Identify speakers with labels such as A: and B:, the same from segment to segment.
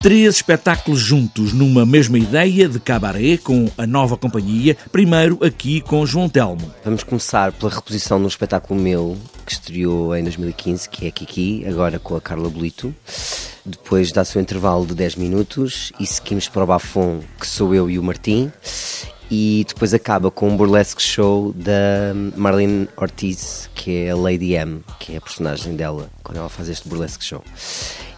A: Três espetáculos juntos numa mesma ideia de cabaré com a nova companhia, primeiro aqui com João Telmo.
B: Vamos começar pela reposição de um espetáculo meu que estreou em 2015, que é Kiki, agora com a Carla Bolito. Depois dá-se um intervalo de 10 minutos e seguimos para o Bafon, que sou eu e o Martim. E depois acaba com um burlesque show da Marlene Ortiz, que é a Lady M, que é a personagem dela quando ela faz este burlesque show.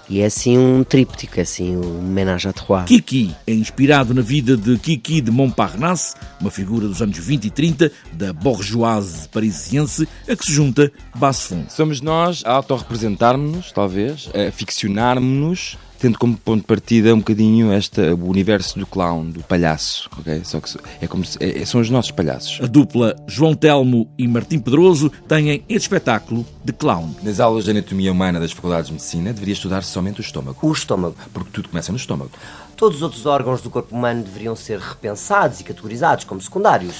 B: E é assim um tríptico, é assim um homenage à trois.
A: Kiki é inspirado na vida de Kiki de Montparnasse, uma figura dos anos 20 e 30 da bourgeoisie parisiense, a que se junta Basfond.
C: Somos nós a autorrepresentarmos-nos, talvez, a ficcionarmos-nos, tendo como ponto de partida um bocadinho este, o universo do clown, do palhaço, ok? Só que é como se- é- são os nossos palhaços.
A: A dupla João Telmo e Martim Pedroso têm este espetáculo de clown.
C: Nas aulas de anatomia humana das faculdades de medicina, deveria estudar somente o estômago,
B: O estômago.
C: porque tudo começa no estômago.
B: Todos os outros órgãos do corpo humano deveriam ser repensados e categorizados como secundários.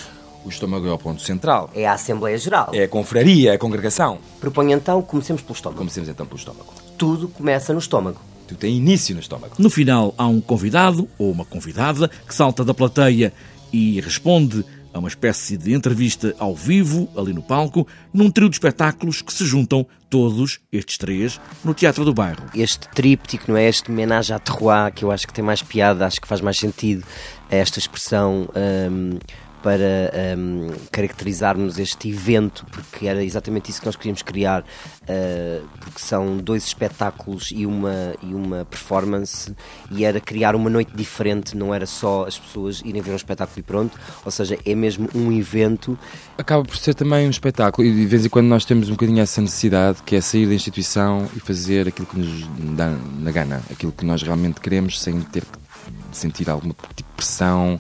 C: O estômago é o ponto central,
B: É a Assembleia Geral.
C: é a confraria, é a congregação.
B: Proponho então que comecemos pelo estômago.
C: Comecemos então pelo estômago.
B: Tudo começa no estômago.
C: Tu tem início no estômago.
A: No final, há um convidado ou uma convidada que salta da plateia e responde a uma espécie de entrevista ao vivo, ali no palco, num trio de espetáculos que se juntam todos, estes três, no Teatro do Bairro.
B: Este tríptico, não é? Este homenagem à terroir, que eu acho que tem mais piada, acho que faz mais sentido é esta expressão hum, para hum, caracterizarmos este evento, porque era exatamente isso que nós queríamos criar, ah, porque são dois espetáculos e uma, e uma performance, e era criar uma noite diferente, não era só as pessoas irem ver um espetáculo e pronto, ou seja, é mesmo um evento
C: Acaba por ser também um espetáculo e de vez em quando nós temos um bocadinho essa necessidade que é sair da instituição e fazer aquilo que nos dá na gana, aquilo que nós realmente queremos sem ter que sentir alguma tipo de pressão,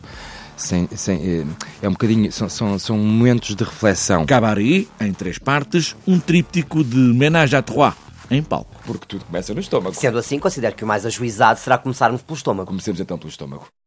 C: sem, sem, eh, é um bocadinho, são, são, são momentos de reflexão.
A: Cabaré, em três partes, um tríptico de Ménage à Trois, em palco.
C: Porque tudo começa no estômago.
B: Sendo assim, considero que o mais ajuizado será começarmos pelo estômago.
C: Comecemos então pelo estômago.